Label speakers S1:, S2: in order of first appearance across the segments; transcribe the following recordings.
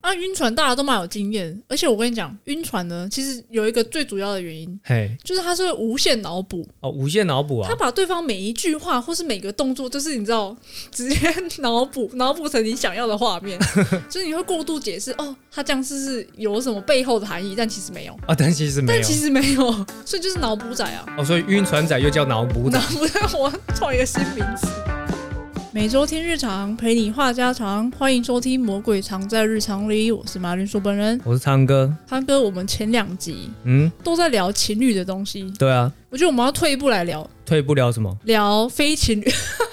S1: 啊，晕船大家都蛮有经验，而且我跟你讲，晕船呢，其实有一个最主要的原因，
S2: 嘿，
S1: 就是它是会无限脑补，
S2: 哦，无限脑补啊
S1: 他，把对方每一句话或是每个动作，就是你知道，直接 脑补脑补成你想要的画 面，就是你会过度解释哦，他这样是不是有什么背后的含义，但其实没有，
S2: 哦，但其实没
S1: 但
S2: 有
S1: 其，实没有，所以就是脑补仔啊，
S2: 哦，所以晕船仔又叫脑补
S1: 脑
S2: 仔，
S1: 补仔，我创一个新名词。每周听日常，陪你话家常，欢迎收听《魔鬼藏在日常里》，我是马铃薯本人。
S2: 我是昌哥，
S1: 他哥，我们前两集
S2: 嗯，
S1: 都在聊情侣的东西，
S2: 对啊，
S1: 我觉得我们要退一步来聊
S2: 退不了什么，
S1: 聊非情侣，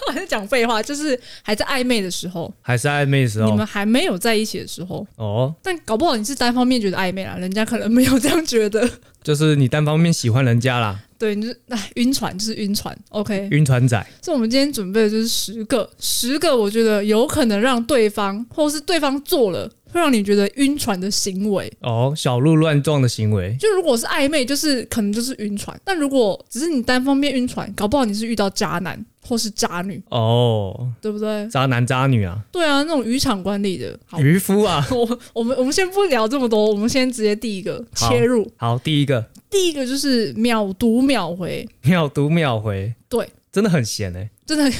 S1: 我还是讲废话，就是还在暧昧的时候，
S2: 还是暧昧的时
S1: 你
S2: 候
S1: 们，还没有在一起的时候，
S2: 哦，
S1: 但搞不好你是单方面觉得暧昧啦，人家可能没有这样觉得。
S2: 就是你单方面喜欢人家啦，
S1: 对，你就是哎，晕船就是晕船。OK，
S2: 晕船仔，
S1: 所以我们今天准备的就是十个，十个我觉得有可能让对方，或是对方做了会让你觉得晕船的行为。
S2: 哦，小鹿乱撞的行为，
S1: 就如果是暧昧，就是可能就是晕船；但如果只是你单方面晕船，搞不好你是遇到渣男或是渣女，
S2: 哦，
S1: 对不对？
S2: 渣男渣女啊，
S1: 对啊，那种渔场管理的，好
S2: 渔夫 啊，
S1: 我我们我们先不聊这么多，我们先直接第一个
S2: 好
S1: 切入。
S2: 好，第一个
S1: 第一个就是秒读秒回，
S2: 秒读秒回，
S1: 对，
S2: 真的很闲哎、
S1: 真的。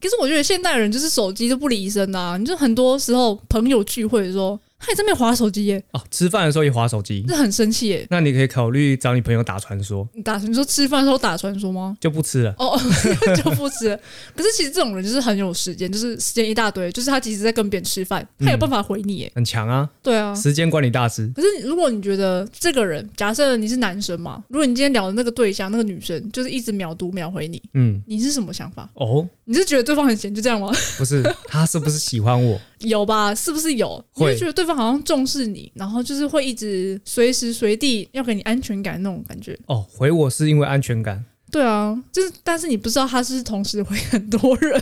S1: 可是我觉得现代人就是手机都不离身啊，你就很多时候朋友聚会的时候，他也在那边划手机耶，
S2: 哦，吃饭的时候也划手机，
S1: 这很生气耶。
S2: 那你可以考虑找你朋友打传说，
S1: 你打你说吃饭的时候打传说吗？
S2: 就不吃了。
S1: 哦， 就不吃了。可是其实这种人就是很有时间，就是时间一大堆，就是他即使在跟别人吃饭，他有办法回你耶。
S2: 很强啊，
S1: 对啊，
S2: 时间管理大师。
S1: 可是你如果你觉得这个人，假设你是男生嘛，如果你今天聊的那个对象，那个女生就是一直秒读秒回你，
S2: 嗯，
S1: 你是什么想法？
S2: 哦，
S1: 你是觉得对方很闲就这样吗？
S2: 不是， 他是不是喜欢我？
S1: 有吧？是不是有？你
S2: 会
S1: 会觉得对方好像重视你，然后就是会一直随时随地要给你安全感那种感觉。
S2: 哦，回我是因为安全感，
S1: 对啊，就是但是你不知道他是同时回很多人，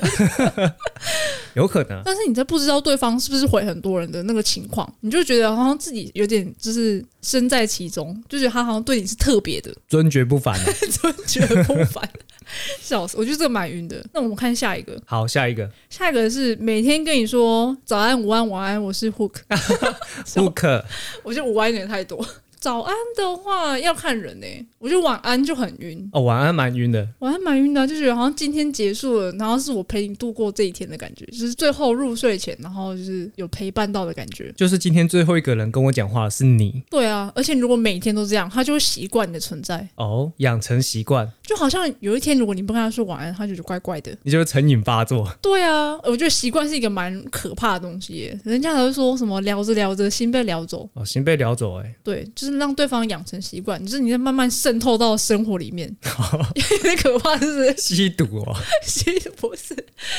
S2: 有可能。
S1: 但是你在不知道对方是不是回很多人的那个情况，你就觉得好像自己有点就是身在其中，就觉得他好像对你是特别的。
S2: 尊爵不凡啊、
S1: 真觉得不凡， 笑死！我觉得这个蛮晕的。那我们看下一个，
S2: 好，下一个
S1: 下一个是每天跟你说早安、午安、晚安，我是 Hook。笑
S2: Hook
S1: 我觉得午安有点太多。 早安的话要看人呢、欸我觉得晚安就很晕，
S2: 哦，晚安蛮晕的，
S1: 晚安蛮晕的啊，就觉得好像今天结束了，然后是我陪你度过这一天的感觉，就是最后入睡前，然后就是有陪伴到的感觉。
S2: 就是今天最后一个人跟我讲话的是你
S1: 对啊，而且如果每天都这样，他就会习惯你的存在，
S2: 哦，养成习惯，
S1: 就好像有一天如果你不跟他说晚安，他就觉得怪怪的。
S2: 你就会成瘾发作。
S1: 对啊，我觉得习惯是一个蛮可怕的东西耶。人家还会说什么聊着聊着心被聊走，
S2: 哦，心被撩走哎、
S1: 对，就是让对方养成习惯，就是你在慢慢渗透到生活里面，有点可怕，就是
S2: 吸毒哦，
S1: 吸不是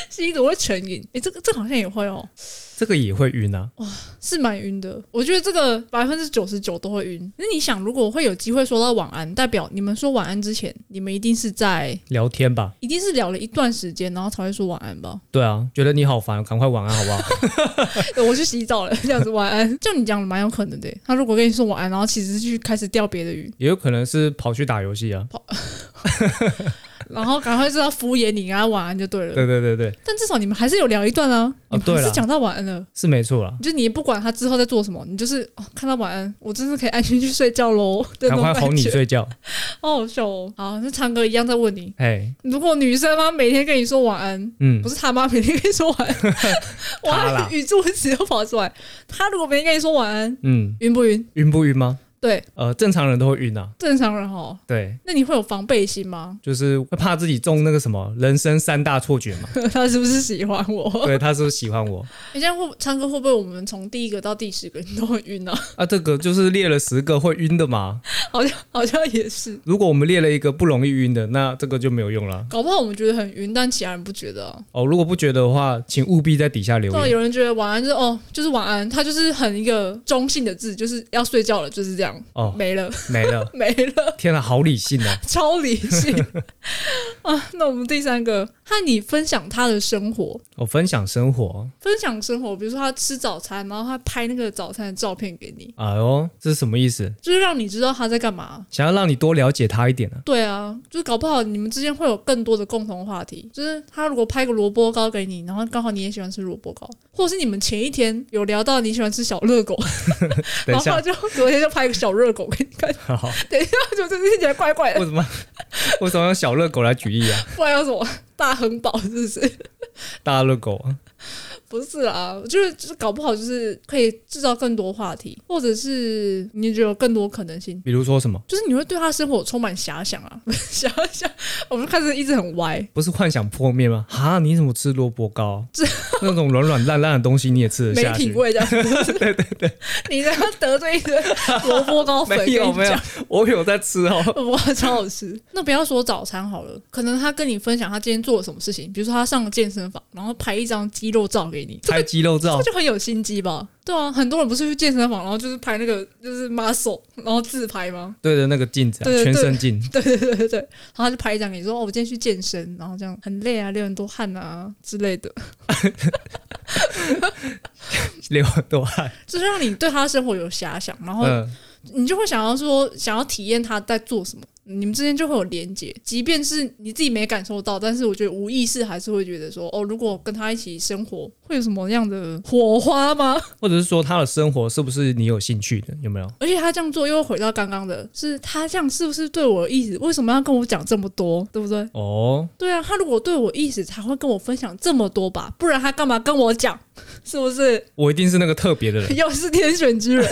S1: 吸毒会成瘾。诶，这个这个好像也会哦，
S2: 这个也会晕啊。
S1: 是蛮晕的。我觉得这个百分之九十九都会晕。那你想，如果会有机会说到晚安，代表你们说晚安之前，你们一定是在
S2: 聊天吧，
S1: 一定是聊了一段时间，然后才会说晚安 吧？
S2: 对啊，觉得你好烦，赶快晚安好不好？
S1: 我去洗 澡了，这样子晚安。就你讲的蛮有可能的欸。他如果跟你说晚安，然后其实是去开始钓别的 鱼，
S2: 也有可能是跑去打游戏啊。
S1: 然后赶快知道敷衍你，跟他晚安就对了。
S2: 对对对对，
S1: 但至少你们还是有聊一段啊，
S2: 哦
S1: 你们还
S2: 对
S1: 是
S2: 啦
S1: 讲到晚安了。
S2: 是没错啦。
S1: 就你也不管他之后在做什么，你就是哦，看到晚安，我真是可以安心去睡觉喽。 的那
S2: 赶
S1: 种
S2: 快哄你
S1: 感觉，
S2: 睡觉。
S1: 好好笑哦。好，那昌哥一样在问你，
S2: 哎，
S1: 如果女生妈每天跟你说晚安，
S2: 嗯
S1: 不，是他妈每天跟你说晚 安， 晚
S2: 他啦
S1: 安语助词又跑出来，他如果每天跟你说晚安，
S2: 嗯，
S1: 晕不晕？
S2: 晕不晕吗？
S1: 对，
S2: 呃，正常人都会晕啊。
S1: 正常人哦。
S2: 对，
S1: 那你会有防备心吗？
S2: 就是会怕自己中那个什么人生三大错觉 嘛。
S1: 他是不是喜欢我？
S2: 对，他是不是喜欢我
S1: 你这样会唱歌会不会我们从第一个到第十个你都很晕啊？
S2: 啊？这个就是列了十个会晕的嘛。
S1: 好像好像也是，
S2: 如果我们列了一个不容易晕的，那这个就没有用了。
S1: 搞不好我们觉得很晕，但其他人不觉得啊。
S2: 哦，如果不觉得的话，请务必在底下留
S1: 对啊，
S2: 言。
S1: 有人觉得晚安就是哦，就是晚安，它就是很一个中性的字，就是要睡觉了，就是这样，
S2: 哦，
S1: 没了
S2: 没 了。
S1: 没了，
S2: 天啊，好理性啊！
S1: 超理性啊。那我们第三个，和你分享他的生活，
S2: 我哦分享生活，
S1: 分享生活，比如说他吃早餐，然后他拍那个早餐的照片给你，
S2: 哎呦，这是什么意思？
S1: 就是让你知道他在干嘛。
S2: 想要让你多了解他一点啊。
S1: 对啊，就是搞不好你们之间会有更多的共同话题。就是他如果拍个萝卜糕给你，然后刚好你也喜欢吃萝卜糕，或者是你们前一天有聊到你喜欢吃小热狗，
S2: 等
S1: 然后他
S2: 一下，
S1: 就隔天就拍个小热狗给你看，
S2: 好，
S1: 就这听起来怪怪的
S2: 为。什么为什么用小热狗来举例 啊？
S1: 不然有什么大亨堡是不是？
S2: 大热狗啊，
S1: 不是啦，就是就是搞不好就是可以制造更多话题，或者是你觉得有更多可能性。
S2: 比如说什么？
S1: 就是你会对他生活充满遐想啊， 遐想，我们开始一直很歪，
S2: 不是幻想破灭吗？哈，你怎么吃萝卜 糕？那种软软烂烂的东西你也吃得
S1: 没
S2: 下去
S1: 品？味这样。 对对对，你这样得罪一个萝卜糕粉，
S2: 没有
S1: 跟
S2: 没
S1: 你
S2: 有
S1: 讲，，
S2: 我有在吃 哦。
S1: 萝卜糕超好吃。那不要说早餐好了，可能他跟你分享他今天做了什么事情，比如说他上了健身房，然后拍一张肌肉照给你，哦
S2: 拍肌肉照
S1: 这，就很有心机吧？对啊，很多人不是去健身房，然后就是拍那个就是 muscle，然后自拍吗？
S2: 对着那个镜子、啊，
S1: 对对
S2: 全
S1: 对
S2: 身镜，
S1: 对对对对对，然后他就拍一张给你说，哦，我今天去健身，然后这样很累啊，流很多汗啊之类的，
S2: 流很多汗。
S1: 就是让你对他的生活有遐想，然后
S2: 嗯，
S1: 你就会想要说，想要体验他在做什么。你们之间就会有连结，即便是你自己没感受到，但是我觉得无意识还是会觉得说，哦，如果跟他一起生活，会有什么样的火花吗？
S2: 或者是说他的生活是不是你有兴趣的？有没有？
S1: 而且他这样做又回到刚刚的，是他这样是不是对我有意思？为什么要跟我讲这么多，对不对？
S2: 哦，
S1: 对啊，他如果对我有意思，才会跟我分享这么多吧，不然他干嘛跟我讲？是不是？
S2: 我一定是那个特别的人。
S1: 又是天选之人，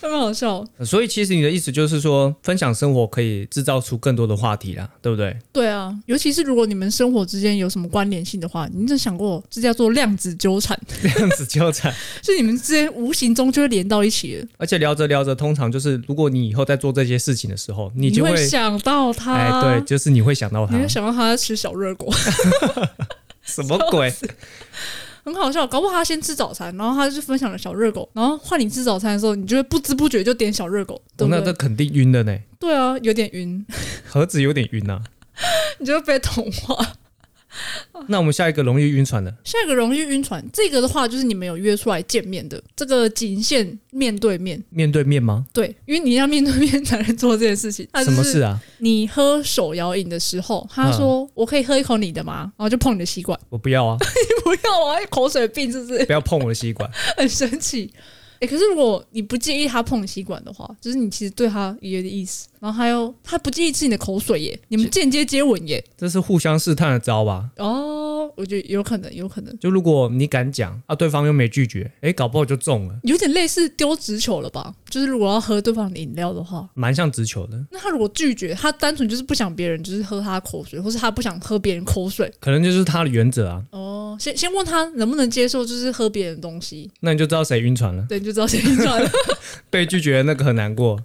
S1: 很好笑。
S2: 所以其实你的意思就是说，分享生活可以制造出更多的话题啦，对不对？
S1: 对啊，尤其是如果你们生活之间有什么关联性的话，你有想过这叫做量子纠缠，
S2: 这样子纠缠，
S1: 是你们之间无形中就会连到一起了，
S2: 而且聊着聊着，通常就是如果你以后在做这些事情的时候，你就
S1: 会
S2: 会
S1: 想到他，
S2: 哎，对，，就是你会想到他
S1: 你，会想到他在吃小热狗。
S2: 什么鬼？
S1: 很好笑，搞不好他先吃早餐，然后他就分享了小热狗，然后换你吃早餐的时候，你就会不知不觉就点小热狗，对
S2: 哦
S1: 不
S2: 那
S1: 对？
S2: 这肯定晕了呢，
S1: 对啊，有点晕，
S2: 何止有点晕啊！
S1: 你就会被同化。哦
S2: 那我们下一个容易晕船的，
S1: 下一个容易晕船，这个的话就是你们有约出来见面的，这个仅限面对面。
S2: 面对面吗？
S1: 对，因为你要面对面才能做这件事情。那
S2: 什
S1: 就
S2: 么
S1: 是
S2: 事啊？
S1: 你喝手摇饮的时候，他说、我可以喝一口你的吗？”然后就碰你的吸管，
S2: 我不要啊！
S1: 你不要啊，口水病是不是？
S2: 不要碰我的吸管。
S1: 很生气。哎、可是如果你不介意他碰你吸管的话，就是你其实对他也有点意思，然后还有他不介意吃你的口水耶，你们间接接吻耶。
S2: 这是互相试探的招吧？
S1: 哦，我觉得有可能，有可能，
S2: 就如果你敢讲啊，对方又没拒绝，诶，搞不好就中了，
S1: 有点类似丢直球了吧？就是如果要喝对方的饮料的话，
S2: 蛮像直球的，
S1: 那他如果拒绝，他单纯就是不想别人就是喝他的口水，或是他不想喝别人口水。
S2: 可能就是他的原则啊。
S1: 哦，先先问他能不能接受，就是喝别人的东西，
S2: 那你就知道谁晕船了。
S1: 对，你就知道谁晕 船了。
S2: 被拒绝的那个很难过，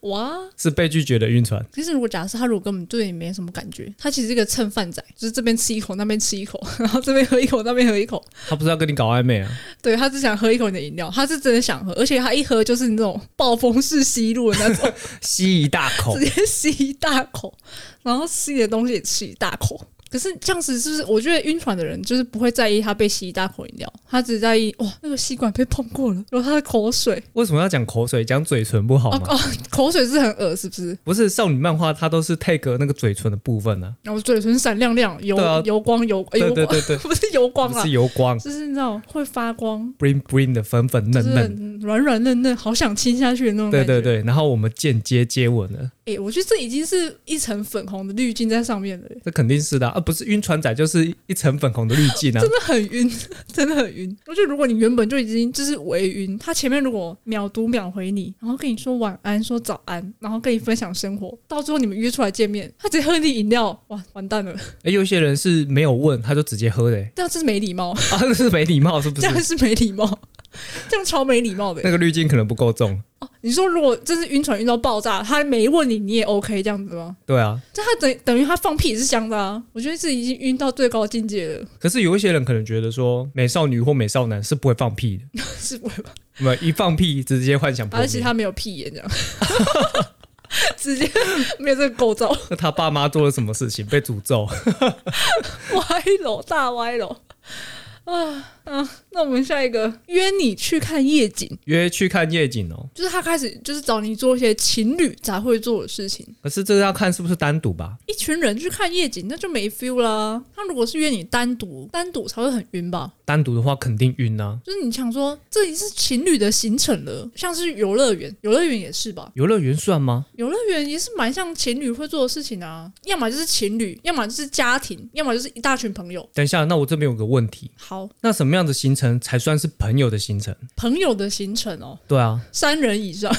S1: 哇，
S2: 是被拒绝的晕船。
S1: 可是如果假设他如果根本对你没什么感觉，他其实是一个蹭饭仔，就是这边吃一口，那边吃一口，然后这边喝一口，那边喝一口。
S2: 他不是要跟你搞暧昧啊？
S1: 对他只想喝一口你的饮料，他是真的想喝，而且他一喝就是那种暴风式吸入的那种，
S2: 吸一大 口，
S1: 直接吸一大口，然后吸的东西也吃一大口。可是这样子是不是？我觉得晕船的人就是不会在意他被吸一大口饮料，他只在意哇那个吸管被碰过了，有他的口水。
S2: 为什么要讲口水？讲嘴唇不好
S1: 哦
S2: 吗？
S1: 哦，口水是很恶是不是？
S2: 不是少女漫画，它都是 take 那个嘴唇的部分啊。
S1: 然后嘴唇闪亮亮，油、
S2: 对啊
S1: 油光油、呃
S2: 对
S1: 油
S2: 对
S1: 光
S2: 对对，
S1: 不是油光
S2: 不
S1: 啊
S2: 是，油光
S1: 就是那种会发光，
S2: ，bling bling 的粉粉
S1: 就
S2: 嫩
S1: 是
S2: 嫩。
S1: 很软软嫩嫩，好想亲下去的那种
S2: 对
S1: 感觉。
S2: 对对，然后我们间接接吻了，
S1: 对，哎、我觉得这已经是一层粉红的滤镜在上 面了，
S2: 这肯定是的啊，啊不是晕船仔就是一层粉红的滤镜 啊
S1: 真。的很晕，真的很晕。我觉得如果你原本就已经就是微晕，他前面如果秒读秒回你，然后跟你说晚安，说早安，然后跟你分享生活，到最后你们约出来见面，他直接喝你饮料，哇，完蛋了，
S2: 哎，有些人是没有问他就直接喝的、欸，
S1: 这样真是没礼貌，
S2: 啊，这是没礼貌是不
S1: 这
S2: 是？
S1: 样是没礼貌，这样超没礼貌的、
S2: 那个滤镜可能不够重。
S1: 哦，你说如果真是晕船晕到爆炸，他没问你，你也 OK 这样子吗？
S2: 对啊，
S1: 这他等等于他放屁也是香的啊！我觉得这已经晕到最高境界了，
S2: 可是有一些人可能觉得说美少女或美少男是不会放屁的，
S1: 是不会吧？
S2: 那么一放屁直接幻想破
S1: 而且
S2: 灭。
S1: 他没有屁眼这样，直接没有这个构造，
S2: 那他爸妈做了什么事情被诅咒？
S1: 歪楼大歪楼啊啊！那我们下一个约你去看夜景，
S2: 约去看夜景哦。
S1: 就是他开始就是找你做一些情侣才会做的事情。
S2: 可是这个要看是不是单独吧？
S1: 一群人去看夜景，那就没 feel 啦。他如果是约你单独，单独才会很晕吧？
S2: 单独的话肯定晕啊。
S1: 就是你想说，这已经是情侣的行程了，像是游乐园，游乐园也是吧？
S2: 游乐园算吗？
S1: 游乐园也是蛮像情侣会做的事情啊，要么就是情侣，要么就是家庭，要么就是一大群朋友。
S2: 等一下，那我这边有个问题，
S1: 好，
S2: 那什么样的行程才算是朋友的行程？
S1: 朋友的行程哦，
S2: 对啊，
S1: 三人以上，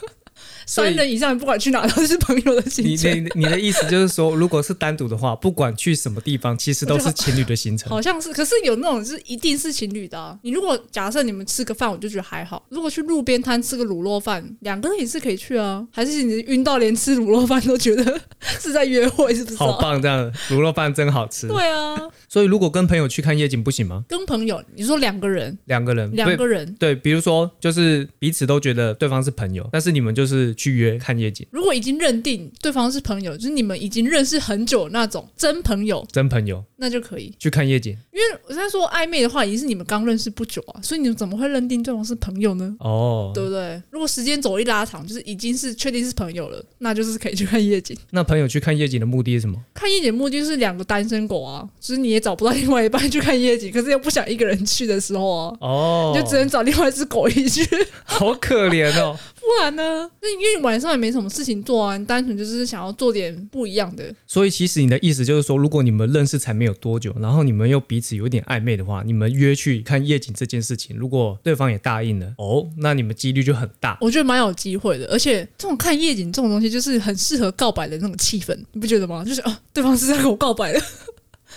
S2: 所以
S1: 三人以上不管去哪都是朋友的行
S2: 你
S1: 程，
S2: 你你的意思就是说，如果是单独的话，不管去什么地方，其实都是情侣的 行 程。
S1: 好像是。可是有那种是一定是情侣的啊、你如果假设你们吃个饭，我就觉得还好；如果去路边摊吃个卤肉饭，两个人也是可以去啊。还是你晕到连吃卤肉饭都觉得 是在约会，是不是、
S2: 好
S1: 啊？
S2: 棒，这样卤肉饭真好吃。
S1: 对啊，
S2: 所以如果跟朋友去看夜景不行吗？
S1: 跟朋友，你说两个人，
S2: 两个人，
S1: 两
S2: 对
S1: 个人。
S2: 对，比如说就是彼此都觉得对方是朋友，但是你们就是去约看夜景，
S1: 如果已经认定对方是朋友，就是你们已经认识很久那种真朋友，
S2: 真朋友
S1: 那就可以。
S2: 去看夜景。
S1: 因为我在说暧昧的话，已经是你们刚认识不久啊，所以你们怎么会认定对方是朋友呢？
S2: 哦，
S1: 对不对？如果时间走一拉长，就是已经是确定是朋友了，那就是可以去看夜景。
S2: 那朋友去看夜景的目的是什么？
S1: 看夜景目的就是两个单身狗啊，就是你也找不到另外一半去看夜景，可是又不想一个人去的时候啊，
S2: 哦，
S1: 你就只能找另外一只狗一起去，
S2: 好可怜哦。
S1: 不然呢？那因为你晚上也没什么事情做啊，你单纯就是想要做点不一样的，
S2: 所以其实你的意思就是说，如果你们认识才没有多久，然后你们又彼此有一点暧昧的话，你们约去看夜景这件事情，如果对方也答应了，哦，那你们几率就很大。
S1: 我觉得蛮有机会的，而且这种看夜景这种东西，就是很适合告白的那种气氛，你不觉得吗？就是啊，对方是在跟我告白的，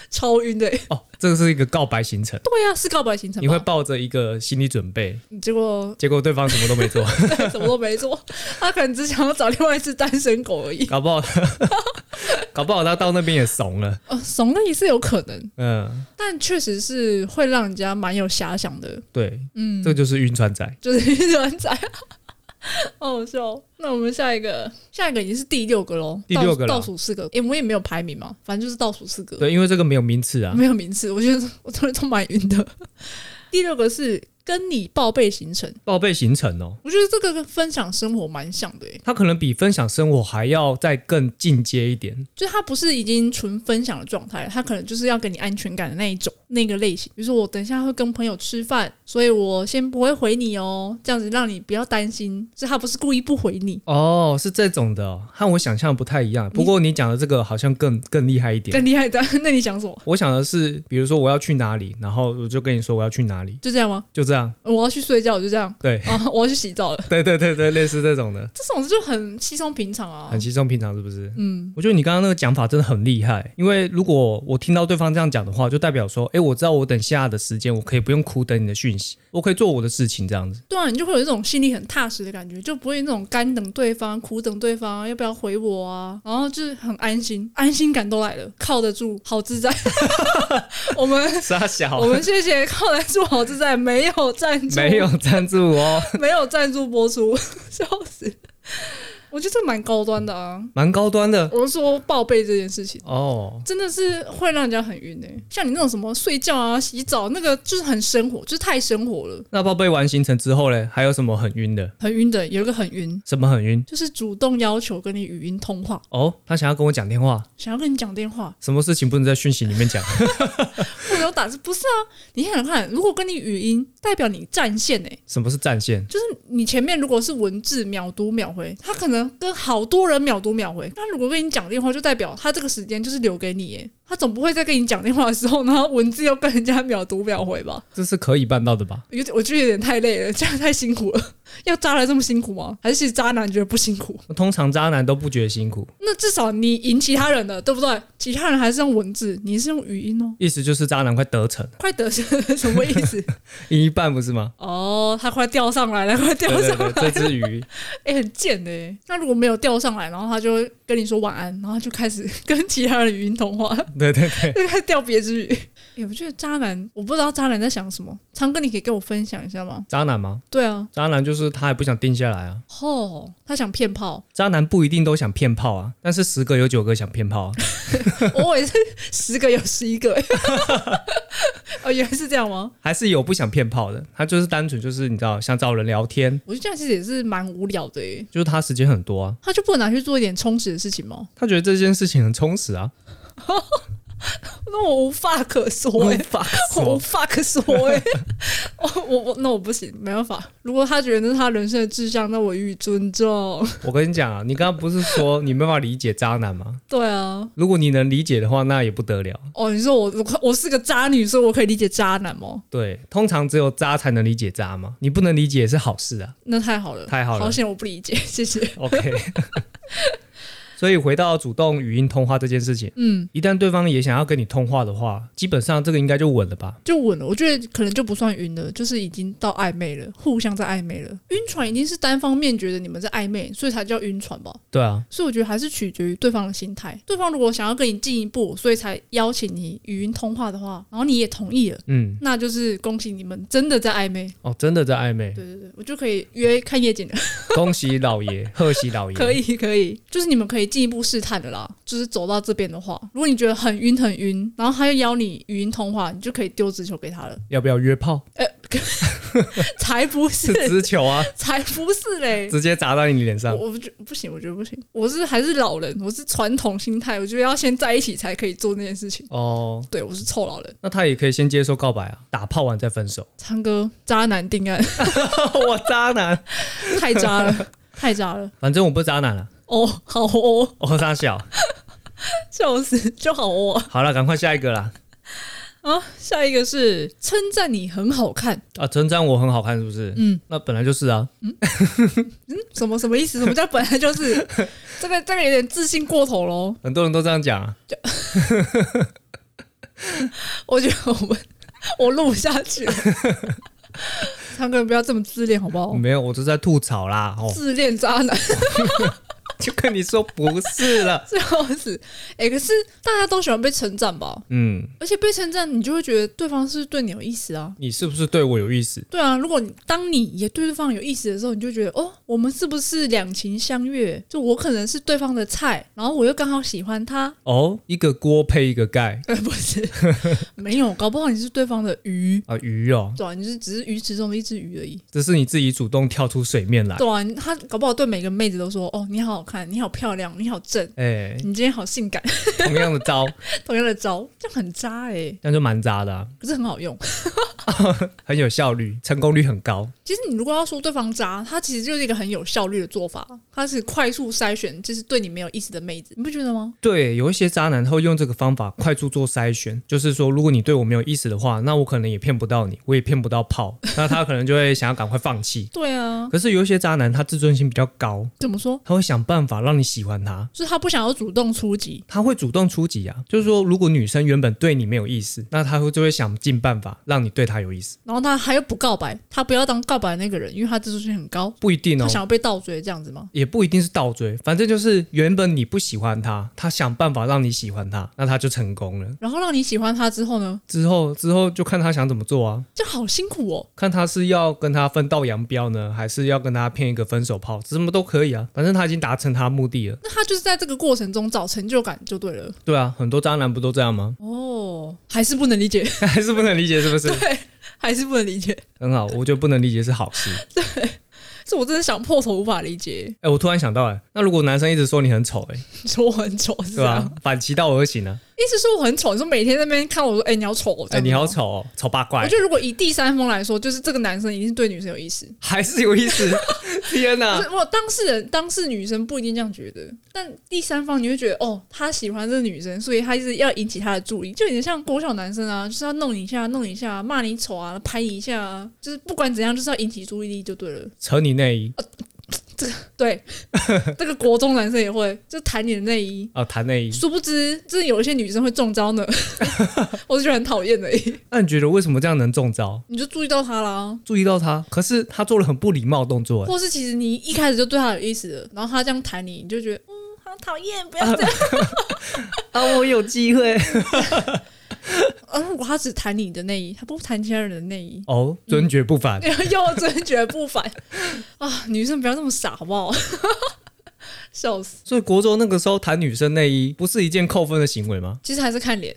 S1: 超晕的、欸。
S2: 哦，这个是一个告白行程，
S1: 对啊呀、是告白行程吧。
S2: 你会抱着一个心理准备，
S1: 结果哎
S2: 结果对方什么都没做，
S1: 什么都没做， 他可能只想要找另外一只单身狗 而已。
S2: 搞不好，搞不好他到那边也怂了。
S1: 哦，怂了也是有可能，
S2: 嗯，
S1: 但确实是会让人家蛮有遐想的。
S2: 对，
S1: 嗯，
S2: 这就是晕船仔。
S1: 就是一人仔， 好好笑哦。那我们下一个，下一个已经是第六个喽，
S2: 第六个了
S1: 倒倒数四个，诶，我们也没有排名嘛，反正就是倒数四个。
S2: 对，因为这个没有名次啊。
S1: 没有名次，我觉得我突然都蛮晕的。 第六个是跟你报备行程，
S2: 报备行程哦，
S1: 我觉得这个跟分享生活蛮像的、欸，
S2: 它可能比分享生活还要再更进阶一点。
S1: 就它不是已经纯分享的状态，它可能就是要给你安全感的那一种那个类型。比如说我等一下会跟朋友吃饭，所以我先不会回你哦，这样子让你不要担心。是他不是故意不回你，
S2: 哦，是这种的哦、和我想象不太一样。不过你讲的这个好像更更厉害一点。
S1: 更厉害的。 那你想什么？
S2: 我想的是，比如说我要去哪里，然后我就跟你说我要去哪里，
S1: 就这样吗？
S2: 就这样。
S1: 我要去睡觉，就这样
S2: 对，
S1: 啊！我要去洗澡了，
S2: 对对对对，类似这种的，
S1: 这种就很稀松平常啊
S2: 很。稀松平常，是不是？
S1: 嗯，
S2: 我觉得你刚刚那个讲法真的很厉害，因为如果我听到对方这样讲的话，就代表说，诶，我知道我等下的时间，我可以不用苦等你的讯息，我可以做我的事情，这样子。
S1: 对啊，你就会有一种心里很踏实的感觉，就不会那种干等对方、苦等对方要不要回我啊，然后就是很安心，安心感都来了，靠得住，好自在。 我们
S2: 傻小
S1: 我们谢谢靠得住，好自在，没有赞助，
S2: 没有赞助哦，
S1: 没有赞助播出，笑死！我觉得这蛮高端的啊。
S2: 蛮高端的
S1: 我是说报备这件事情。
S2: 哦。
S1: 真的是会让人家很晕诶、像你那种什么睡觉啊、洗澡，那个就是很生活，就是太生活了，
S2: 那报备完行程之后嘞，还有什么很晕的？
S1: 很晕的。有一个很晕，
S2: 什么很晕？
S1: 就是主动要求跟你语音通话，
S2: 哦，他想要跟我讲电话，
S1: 想要跟你讲电话，
S2: 什么事情不能在讯息里面 讲？
S1: 不能打字。不是啊，你想想看，如果跟你语音，代表你占线诶、
S2: 什么是战线？
S1: 就是你前面如果是文字秒读秒回，他可能跟好多人秒读秒回。那如果跟你讲电话，就代表他这个时间就是留给你诶、他总不会在跟你讲电话的时候，然后文字又跟人家秒读秒回吧？
S2: 这是可以办到的吧？
S1: 有点，我觉得有点太累了，这样太辛苦了。要渣男这么辛苦吗？还是其实渣男觉得不辛苦？
S2: 通常渣男都不觉得辛苦，
S1: 那至少你赢其他人了，对不对？其他人还是用文字，你是用语音哦。
S2: 意思就是渣男快得逞，
S1: 快得胜什么意思？
S2: 赢一半不是 吗？
S1: 哦，他快钓上来了，快钓
S2: 对对
S1: 上来
S2: 对，
S1: 了，
S2: 这只鱼
S1: 哎、很贱的、那如果没有钓上来，然后他就会 跟你说晚安，然后他就开始跟其他人语音通话，
S2: 对对对，
S1: 就开始钓别只鱼。哎、我觉得渣男，我不知道渣男在想什么。长哥，你可以跟我分享一下吗？
S2: 渣男吗？
S1: 对啊，
S2: 渣男就是他还不想定下来啊。
S1: 哦，他想骗炮，
S2: 渣男不一定都想骗炮啊，但是十个有九个想骗炮 啊。
S1: 我也是十个有十一个、欸。 哦，原来是这样吗？
S2: 还是有不想骗炮的，他就是单纯就是你知道想找人聊天，
S1: 我觉得这样其实也是蛮无聊的耶、欸
S2: 就是他时间很多啊，
S1: 他就不能拿去做一点充实的事情吗？
S2: 他觉得这件事情很充实啊，
S1: 那我无话可说哎、
S2: 法
S1: 我无话可 说哎、我我我那我不行，没办法。如果他觉得那是他人生的志向，那我予以尊重。
S2: 我跟你讲啊，你刚刚不是说你没办法理解渣男吗？
S1: 对啊，
S2: 如果你能理解的话，那也不得了。
S1: 哦，你说我我我是个渣女，所以我可以理解渣男哦吗？
S2: 对，通常只有渣才能理解渣嘛，你不能理解也是好事啊。
S1: 那太好了，
S2: 太好了
S1: 呃好险我不理解，谢谢。
S2: OK，所以回到主动语音通话这件事情，
S1: 嗯，
S2: 一旦对方也想要跟你通话的话，基本上这个应该就稳了吧？
S1: 就稳了，我觉得可能就不算晕了，就是已经到暧昧了，互相在暧昧了。晕船一定是单方面觉得你们在暧昧，所以才叫晕船吧。
S2: 对啊，
S1: 所以我觉得还是取决于对方的心态。对方如果想要跟你进一步，所以才邀请你语音通话的话，然后你也同意了，
S2: 嗯，
S1: 那就是恭喜你们真的在暧昧。
S2: 哦，真的在暧昧，
S1: 对对对，我就可以约看夜景了，
S2: 恭喜老 爷，贺喜老爷，
S1: 可以可以，就是你们可以进一步试探的啦。就是走到这边的话，如果你觉得很晕很晕，然后他又邀你语音通话，你就可以丢直球给他了。
S2: 要不要约炮？
S1: 才不是
S2: 是，啊直球啊，
S1: 才不是嘞！
S2: 直接砸到你脸上。
S1: 我我不觉不行，我觉得不行。我是还是老人，我是传统心态，我觉得要先在一起才可以做那件事情。
S2: 哦，
S1: 对，我是臭老人。
S2: 那他也可以先接受告白啊，打炮完再分 手。
S1: 昌哥，渣男定案，
S2: 我渣男，
S1: 太渣 了，太渣了。
S2: 反正我不渣男了，
S1: 哦，好哦，
S2: 我渣小。
S1: 笑死，就好哦啊。
S2: 好了，赶快下一个啦。
S1: 下一个是称赞你很好看，
S2: 啊，称赞我很好看是不是？
S1: 嗯，
S2: 那本来就是啊，
S1: 什么什么意思？什么叫本来就是这个这个有点自信过头喽？
S2: 很多人都这样讲啊。
S1: 我觉得我们我录不下去了。昌哥，不要这么自恋好不好？
S2: 没有，我是在吐槽啦。 哦，
S1: 自恋渣男。
S2: 就跟你说不是了。
S1: 笑死！哎、可是大家都喜欢被称赞吧？
S2: 嗯，
S1: 而且被称赞，你就会觉得对方是不是对你有意思啊。
S2: 你是不是对我有意思？
S1: 对啊，如果你当你也对对方有意思的时候，你就觉得哦，我们是不是两情相悦？就我可能是对方的菜，然后我又刚好喜欢他，
S2: 哦，一个锅配一个盖
S1: 呃，不是，没有，搞不好你是对方的鱼，
S2: 啊，鱼哦，
S1: 对啊，你是只是鱼池中的一只鱼而已，
S2: 这是你自己主动跳出水面来。
S1: 对啊，他搞不好对每个妹子都说哦，你好好看，你好漂亮，你好正，
S2: 哎，
S1: 你今天好性感，
S2: 同样的招，
S1: 同样的招，这样很渣哎、
S2: 那就蛮渣的啊，
S1: 可是很好用。
S2: 很有效率，成功率很高。
S1: 其实你如果要说对方渣，他其实就是一个很有效率的做法，他是快速筛选，就是对你没有意思的妹子，你不觉得吗？
S2: 对，有一些渣男他会用这个方法快速做筛选，就是说，如果你对我没有意思的话，那我可能也骗不到你，我也骗不到炮，那他可能就会想要赶快放弃。
S1: 对啊，
S2: 可是有一些渣男，他自尊心比较高，
S1: 怎么说？
S2: 他会想办法让你喜欢他，
S1: 就是他不想要主动出击，
S2: 他会主动出击啊。就是说，如果女生原本对你没有意思，那他会就会想尽办法让你对她有意思。
S1: 然后他还又不告白，他不要当告白的那个人，因为他自尊心很高，
S2: 不一定
S1: 他
S2: 哦，
S1: 想要被倒追这样子吗？
S2: 也不一定是倒追，反正就是原本你不喜欢他，他想办法让你喜欢他，那他就成功了。
S1: 然后让你喜欢他之后呢，
S2: 之后之后就看他想怎么做啊。
S1: 就好辛苦哦。
S2: 看他是要跟他分道扬镳呢，还是要跟他骗一个分手炮，什么都可以啊。反正他已经达成他目的了。
S1: 那他就是在这个过程中找成就感就对了。？
S2: 对啊，很多渣男不都这样吗
S1: 哦，还是不能理解，
S2: 还是不能理解，是不是？
S1: 对， 还是不能理解，
S2: 很好，我觉得不能理解是好事。
S1: 这我真的想破头无法理解，
S2: 哎、我突然想到、哎，那如果男生一直说你很丑、哎，
S1: 你说我很丑是啊
S2: 对
S1: 吧？
S2: 吧？反其道而行呢、啊
S1: 意思说我很丑，你说每天在那边看我说，哎、你好丑、哦，
S2: 哎、
S1: 这样子
S2: 你好
S1: 吗。
S2: 丑、哦，丑八
S1: 我
S2: 怪，
S1: 觉得如果以第三方来说，就是这个男生一定是对女生有意思。
S2: 还是有意思。 天哪、
S1: 不是，我当事人、当事女生不一定这样觉得，但第三方你会觉得，哦，他喜欢这个女生，所以他一直要引起他的注意，就有点像国小男生啊，就是要弄你一下、弄你一下、骂你丑啊、拍你一下啊，就是不管怎样，就是要引起注意力就对了。
S2: 扯你内衣
S1: 对，这个国中男生也会，就弹你的内衣。
S2: 哦，谈内衣。
S1: 殊不知，真的有一些女生会中招呢，我就觉得很讨厌的。欸
S2: 那你觉得为什么这样能中招？
S1: 你就注意到他啦，
S2: 注意到他，可是他做了很不礼貌的动作、哎
S1: 或是其实你一开始就对他有意思了，然后他这样弹你，你就觉得嗯，好讨厌，不要这样。
S2: 啊，我有机会。，
S1: 而嗯如果他只谈你的内衣，他不谈其他人的内衣
S2: 哦，尊爵不 凡。
S1: 又真觉不凡啊！女生不要这么傻，好不好？ 笑死！？
S2: 所以国中那个时候谈女生内衣，不是一件扣分的行为吗
S1: 其实还是看脸，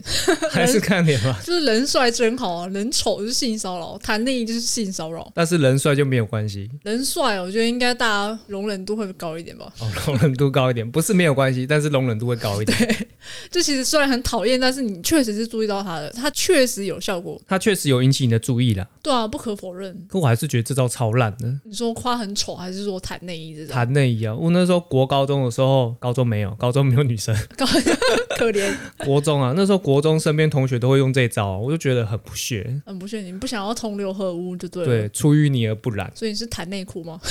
S2: 还是看脸吧？
S1: 就是人帅真好啊，人丑就是性骚扰，谈内衣就是性骚扰。
S2: 但是人帅就没有关系
S1: 人帅，我觉得应该大家容忍度会高一点吧。
S2: 哦，容忍度高一点，不是没有关系，但是容忍度会高一点。
S1: 就其实虽然很讨厌，但是你确实是注意到他的，他确实有效果，
S2: 它确实有引起你的注意啦，
S1: 对啊，不可否认。
S2: 可我还是觉得这招超烂的。
S1: 你说夸很丑，还是说谈内衣这种？
S2: 谈内衣啊，我那时候国高中的时候，高中没有，高中没有 女生，
S1: 高可怜，
S2: 国中啊，那时候国中身边同学都会用这招，我就觉得很不屑。
S1: 很不屑你，不想要同流合污就对了。，
S2: 对，出淤泥而不染
S1: 所以你是谈内裤吗？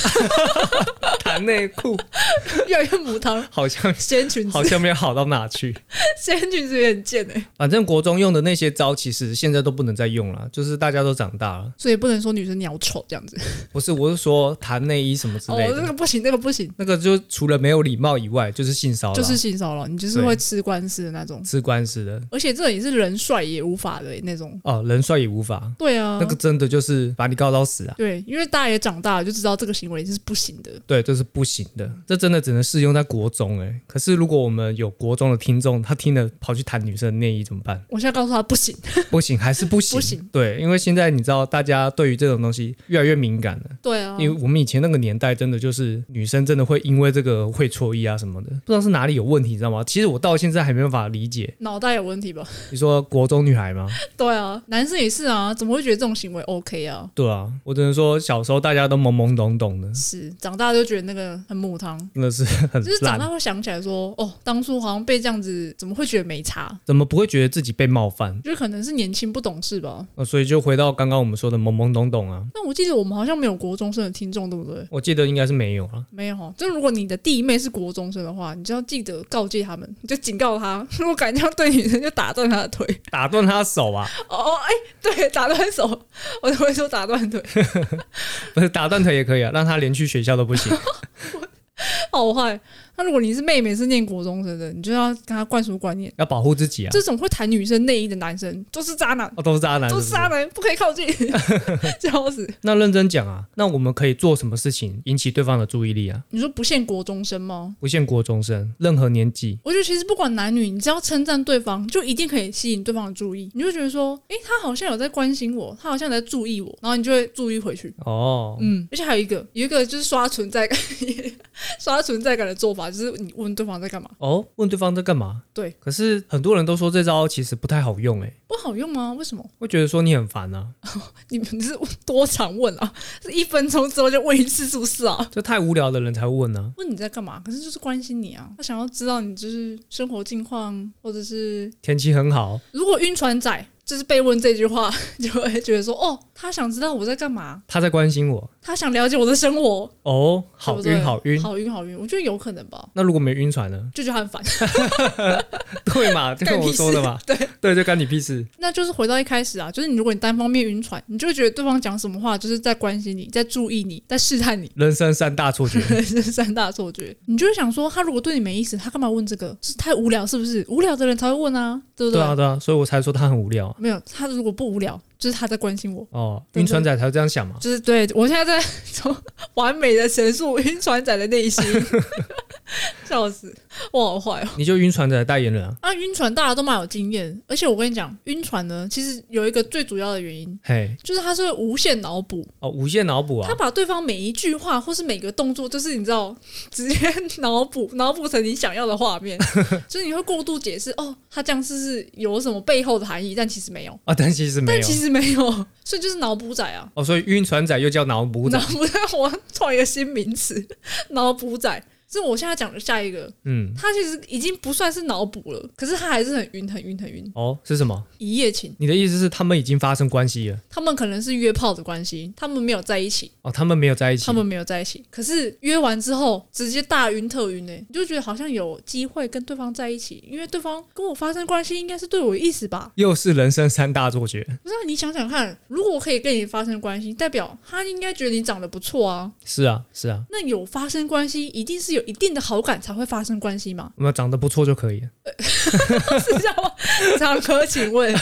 S2: 谈内裤
S1: 越来越母汤，
S2: 好像
S1: 掀裙子
S2: 好，像没有好到哪去。
S1: 掀裙子也很贱哎、
S2: 反正国中用的那些招，其实现在都不能再用了，就是大家都长大了。
S1: 所以不能说女生鸟丑这样子。
S2: 不是，我是说谈内衣什么之
S1: 哦，
S2: 类
S1: 这
S2: 的，
S1: 个不行，这个不行，
S2: 那个就除了没有礼貌以外，就是性骚扰，
S1: 就是性骚扰，你就是
S2: 对
S1: 会吃官司的那种。
S2: 吃官司的。
S1: 而且这也是人帅也无法的、欸、那种。
S2: 哦，人帅也无法，
S1: 对啊，
S2: 那个真的就是把你告到死啊！
S1: 对，因为大家也长大了，就知道这个行为是不行的。？
S2: 对，这是不行的，这真的只能适用在国中哎、可是如果我们有国中的听众，他听了跑去谈女生的内衣怎么办
S1: 我现在告诉他不行。
S2: 不行，还是不 行。
S1: 不行
S2: 对，因为现在你知道，大家对于这种东西越来越敏感了。
S1: 对啊，
S2: 因为我们以前那个年代，真的就是女生真的会因为这个会错意啊什么的，不知道是哪里有问题，你知道吗？其实我到现在还没办法理解。
S1: 脑袋有问题吧？
S2: 你说国中女孩吗？
S1: 对啊，男生也是啊，怎么会觉得这种行为 OK 啊？
S2: 对啊，我只能说小时候大家都懵懵懂懂的，
S1: 是长大就觉得那个很母汤，
S2: 真的是很
S1: 就是长
S2: 烂
S1: 大。会想起来说，哦，当初好像被这样子，怎么会觉得没差？
S2: 怎么不会觉得自己被冒犯？
S1: 就可能是年轻不懂事吧。
S2: 呃，所以就回到刚刚我们说的懵懵懂懂啊，
S1: 那我记得我们好像没有国中生的听众，对不对？
S2: 我记得应该是没有啊。
S1: 没有哦，就如果你的弟妹是国中生的话，你就要记得告诫他们，你就警告 他，如果敢这样对女生，就打断他的腿。
S2: 打断他手啊，
S1: 哦，哎、对， 打断手，我都会说打断腿，
S2: 不是打断腿也可以啊，让他连去学校都不行。
S1: 好坏。那如果你是妹妹，是念国中生的，你就要跟她灌输观念，
S2: 要保护自己啊。
S1: 这种会谈女生内衣的男生都是渣男，
S2: 哦，都是渣男，
S1: 都
S2: 是
S1: 是
S2: 不是
S1: 渣男，不可以靠 近，笑死。
S2: 那认真讲啊，那我们可以做什么事情引起对方的注意力啊？
S1: 你说不限国中生吗？
S2: 不限国中生，任何年纪，
S1: 我觉得其实不管男女，你只要称赞对方，就一定可以吸引对方的注意。你就会觉得说，诶，他好像有在关心我，他好像有在注意我，然后你就会注意回去。
S2: 哦，
S1: 嗯，而且还有一个，有一个就是刷存在感， 刷存在感的做法，就是你问对方在干嘛，
S2: 哦，问对方在干嘛？
S1: 对，
S2: 可是很多人都说这招其实不太好用、欸，诶，
S1: 不好用吗？为什么？
S2: 会觉得说你很烦啊，
S1: 你们是多常问啊？是一分钟之后就问一次，是不是啊？
S2: 这太无聊的人才会问啊。
S1: 问你在干嘛？可是就是关心你啊，他想要知道你就是生活近况，或者是
S2: 天气很好，
S1: 如果晕船仔就是被问这句话， 就会觉得说哦，他想知道我在干嘛，
S2: 他在关心我。
S1: 他想了解我的生活，
S2: 哦，
S1: 对
S2: 好
S1: 不对
S2: 晕，好晕。
S1: 好晕，好晕，我觉得有可能吧，
S2: 那如果没晕船呢？
S1: 就觉得他很烦。
S2: 对嘛，就跟我说的嘛，对对，就干你屁事。
S1: 那就是回到一开始啊，就是你如果你单方面晕船，你就会觉得对方讲什么话就是在关心你，在注意你，在试探你。
S2: 人生三大错觉，
S1: 这是三大错觉，你就会想说，他如果对你没意思，他干嘛问这个？是太无聊是不是？无聊的人才会问啊，对不
S2: 对啊对啊，所以我才说他很无聊啊
S1: 没有，他如果不无聊，就是他在关心我。
S2: 哦，
S1: 对
S2: 晕船仔才会这样想嘛。
S1: 就是对我现在在从完美的陈述晕船仔的内心， 笑死，我好坏哦。
S2: 你就晕船仔的代言人啊，
S1: 啊，晕船大家都蛮有经验，而且我跟你讲，晕船呢，其实有一个最主要的原因，
S2: 嘿，
S1: 就是他是会无限脑补，
S2: 哦，无限脑补啊
S1: 他，把对方每一句话或是每个动作，就是你知道，直接 脑补脑补成你想要的画 面，就是你会过度解释哦，他这样是不是有什么背后的含义，但其实没有，
S2: 啊，但其实没
S1: 但
S2: 有
S1: 其实没有，所以就是脑补仔啊。
S2: 哦，所以晕船仔又叫脑补
S1: 脑
S2: 仔，
S1: 补仔， 我创一个新名词，脑补仔。是我现在讲的下一个，
S2: 嗯，
S1: 他其实已经不算是脑补了，可是他还是很晕，很晕，很晕。
S2: 哦，是什么？
S1: 一夜情，
S2: 你的意思是他们已经发生关系了？
S1: 他们可能是约炮的关系，他们没有在一起，
S2: 哦，他们没有在一起
S1: 他，们没有在一起。可是约完之后，直接大晕特晕呢、你就觉得好像有机会跟对方在一起，因为对方跟我发生关系，应该是对我有意思吧？
S2: 又是人生三大错觉，
S1: 不是啊、你想想看，如果我可以跟你发生关系，代表他应该觉得你长得不错啊。
S2: 是啊，是啊，
S1: 那有发生关系，一定是有一定的好感才会发生关系 吗？
S2: 那长得不错就可以了。
S1: 是这样吗？长哥，请问，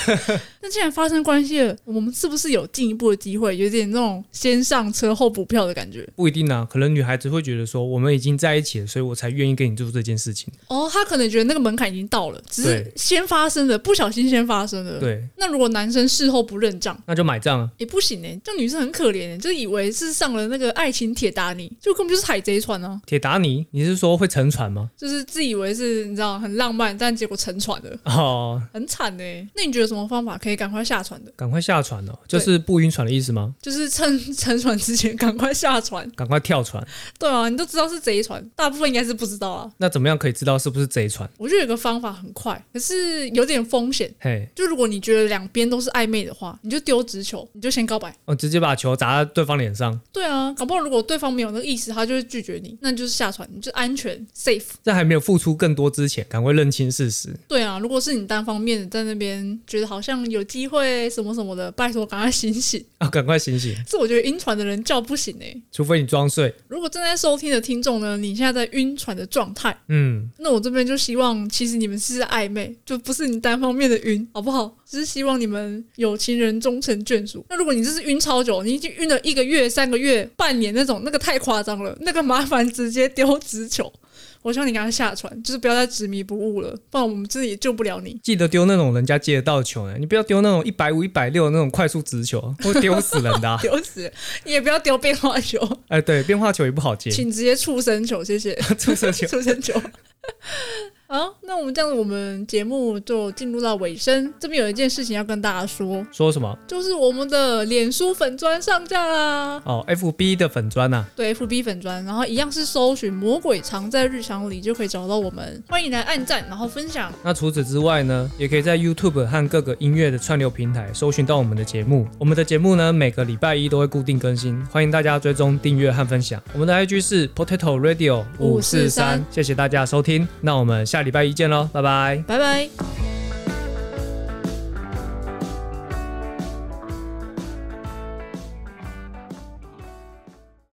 S1: 那既然发生关系了，我们是不是有进一步的机会？有点那种先上车后补票的感觉？
S2: 不一定啊，可能女孩子会觉得说，我们已经在一起了，所以我才愿意跟你做这件事情。
S1: 哦，他可能觉得那个门槛已经到了，只是
S2: 对
S1: 先发生的，不小心先发生的。
S2: 对，
S1: 那如果男生事后不认账，
S2: 那就买账啊。
S1: 也不行哎、欸，这女生很可怜、欸，就以为是上了那个爱情铁达尼，就根本就是海贼船啊，
S2: 铁达尼，你是说会沉船吗？
S1: 就是自以为是你知道很浪漫，但结果沉船了，
S2: 哦，
S1: 很惨哎、那你觉得什么方法可以赶快下船的？
S2: 赶快下船哦，就是不晕船的意思吗？
S1: 就是趁 沉船之前赶快下船。
S2: 赶快跳船。
S1: 对啊，你都知道是贼船，大部分应该是不知道啊。
S2: 那怎么样可以知道是不是贼船？
S1: 我觉得有个方法很快，可是有点风险。
S2: 嘿，
S1: 就如果你觉得两边都是暧昧的话，你就丢直球，你就先告白。
S2: 哦，直接把球砸在对方脸上，
S1: 对啊，搞不好如果对方没有那个意思，他就会拒绝你，那你就是下船，你就安全 safe。
S2: 在还没有付出更多之前，赶快认清事实。
S1: 对啊，如果是你单方面的在那边觉得好像有机会什么什么的，拜托赶快醒醒！
S2: 啊，赶快醒醒！
S1: 这我觉得晕船的人叫不醒哎、
S2: 除非你装睡。
S1: 如果正在收听的听众呢，你现在在晕船的状态，
S2: 嗯，
S1: 那我这边就希望，其实你们是在暧昧，就不是你单方面的晕，好不好？只是希望你们有情人终成眷属。那如果你这是晕超久，你已经晕了一个月、三个月、半年那种，那个太夸张了，那个麻烦直接丢直球。我希望你赶快下船，就是不要再执迷不悟了，不然我们真的也救不了你。。
S2: 记得丢那种人家接得到的球呢，你不要丢那种一百五、一百六那种快速直球，会丢死人的、啊
S1: 丢死！你也不要丢变化球，
S2: 哎，对，变化球也不好接，
S1: 请直接畜生球，谢 谢
S2: 出色球。
S1: 畜生球。好，那我们这样子，我们节目就进入到尾声。这边有一件事情要跟大家说，
S2: 说什么？
S1: 就是我们的脸书粉砖上架啦。
S2: 哦，FB 的粉砖啊呐、
S1: 对，FB 粉砖，然后一样是搜寻“魔鬼藏在日常里”就可以找到我们。欢迎来按赞，然后分享。
S2: 那除此之外呢，也可以在 YouTube 和各个音乐的串流平台搜寻到我们的节目。我们的节目呢，每个礼拜一都会固定更新，欢迎大家追踪、订阅和分享。我们的 IG 是 Potato Radio 五四
S1: 543
S2: 三，谢谢大家的收听，那我们下礼拜一见喽，拜拜。
S1: 拜拜。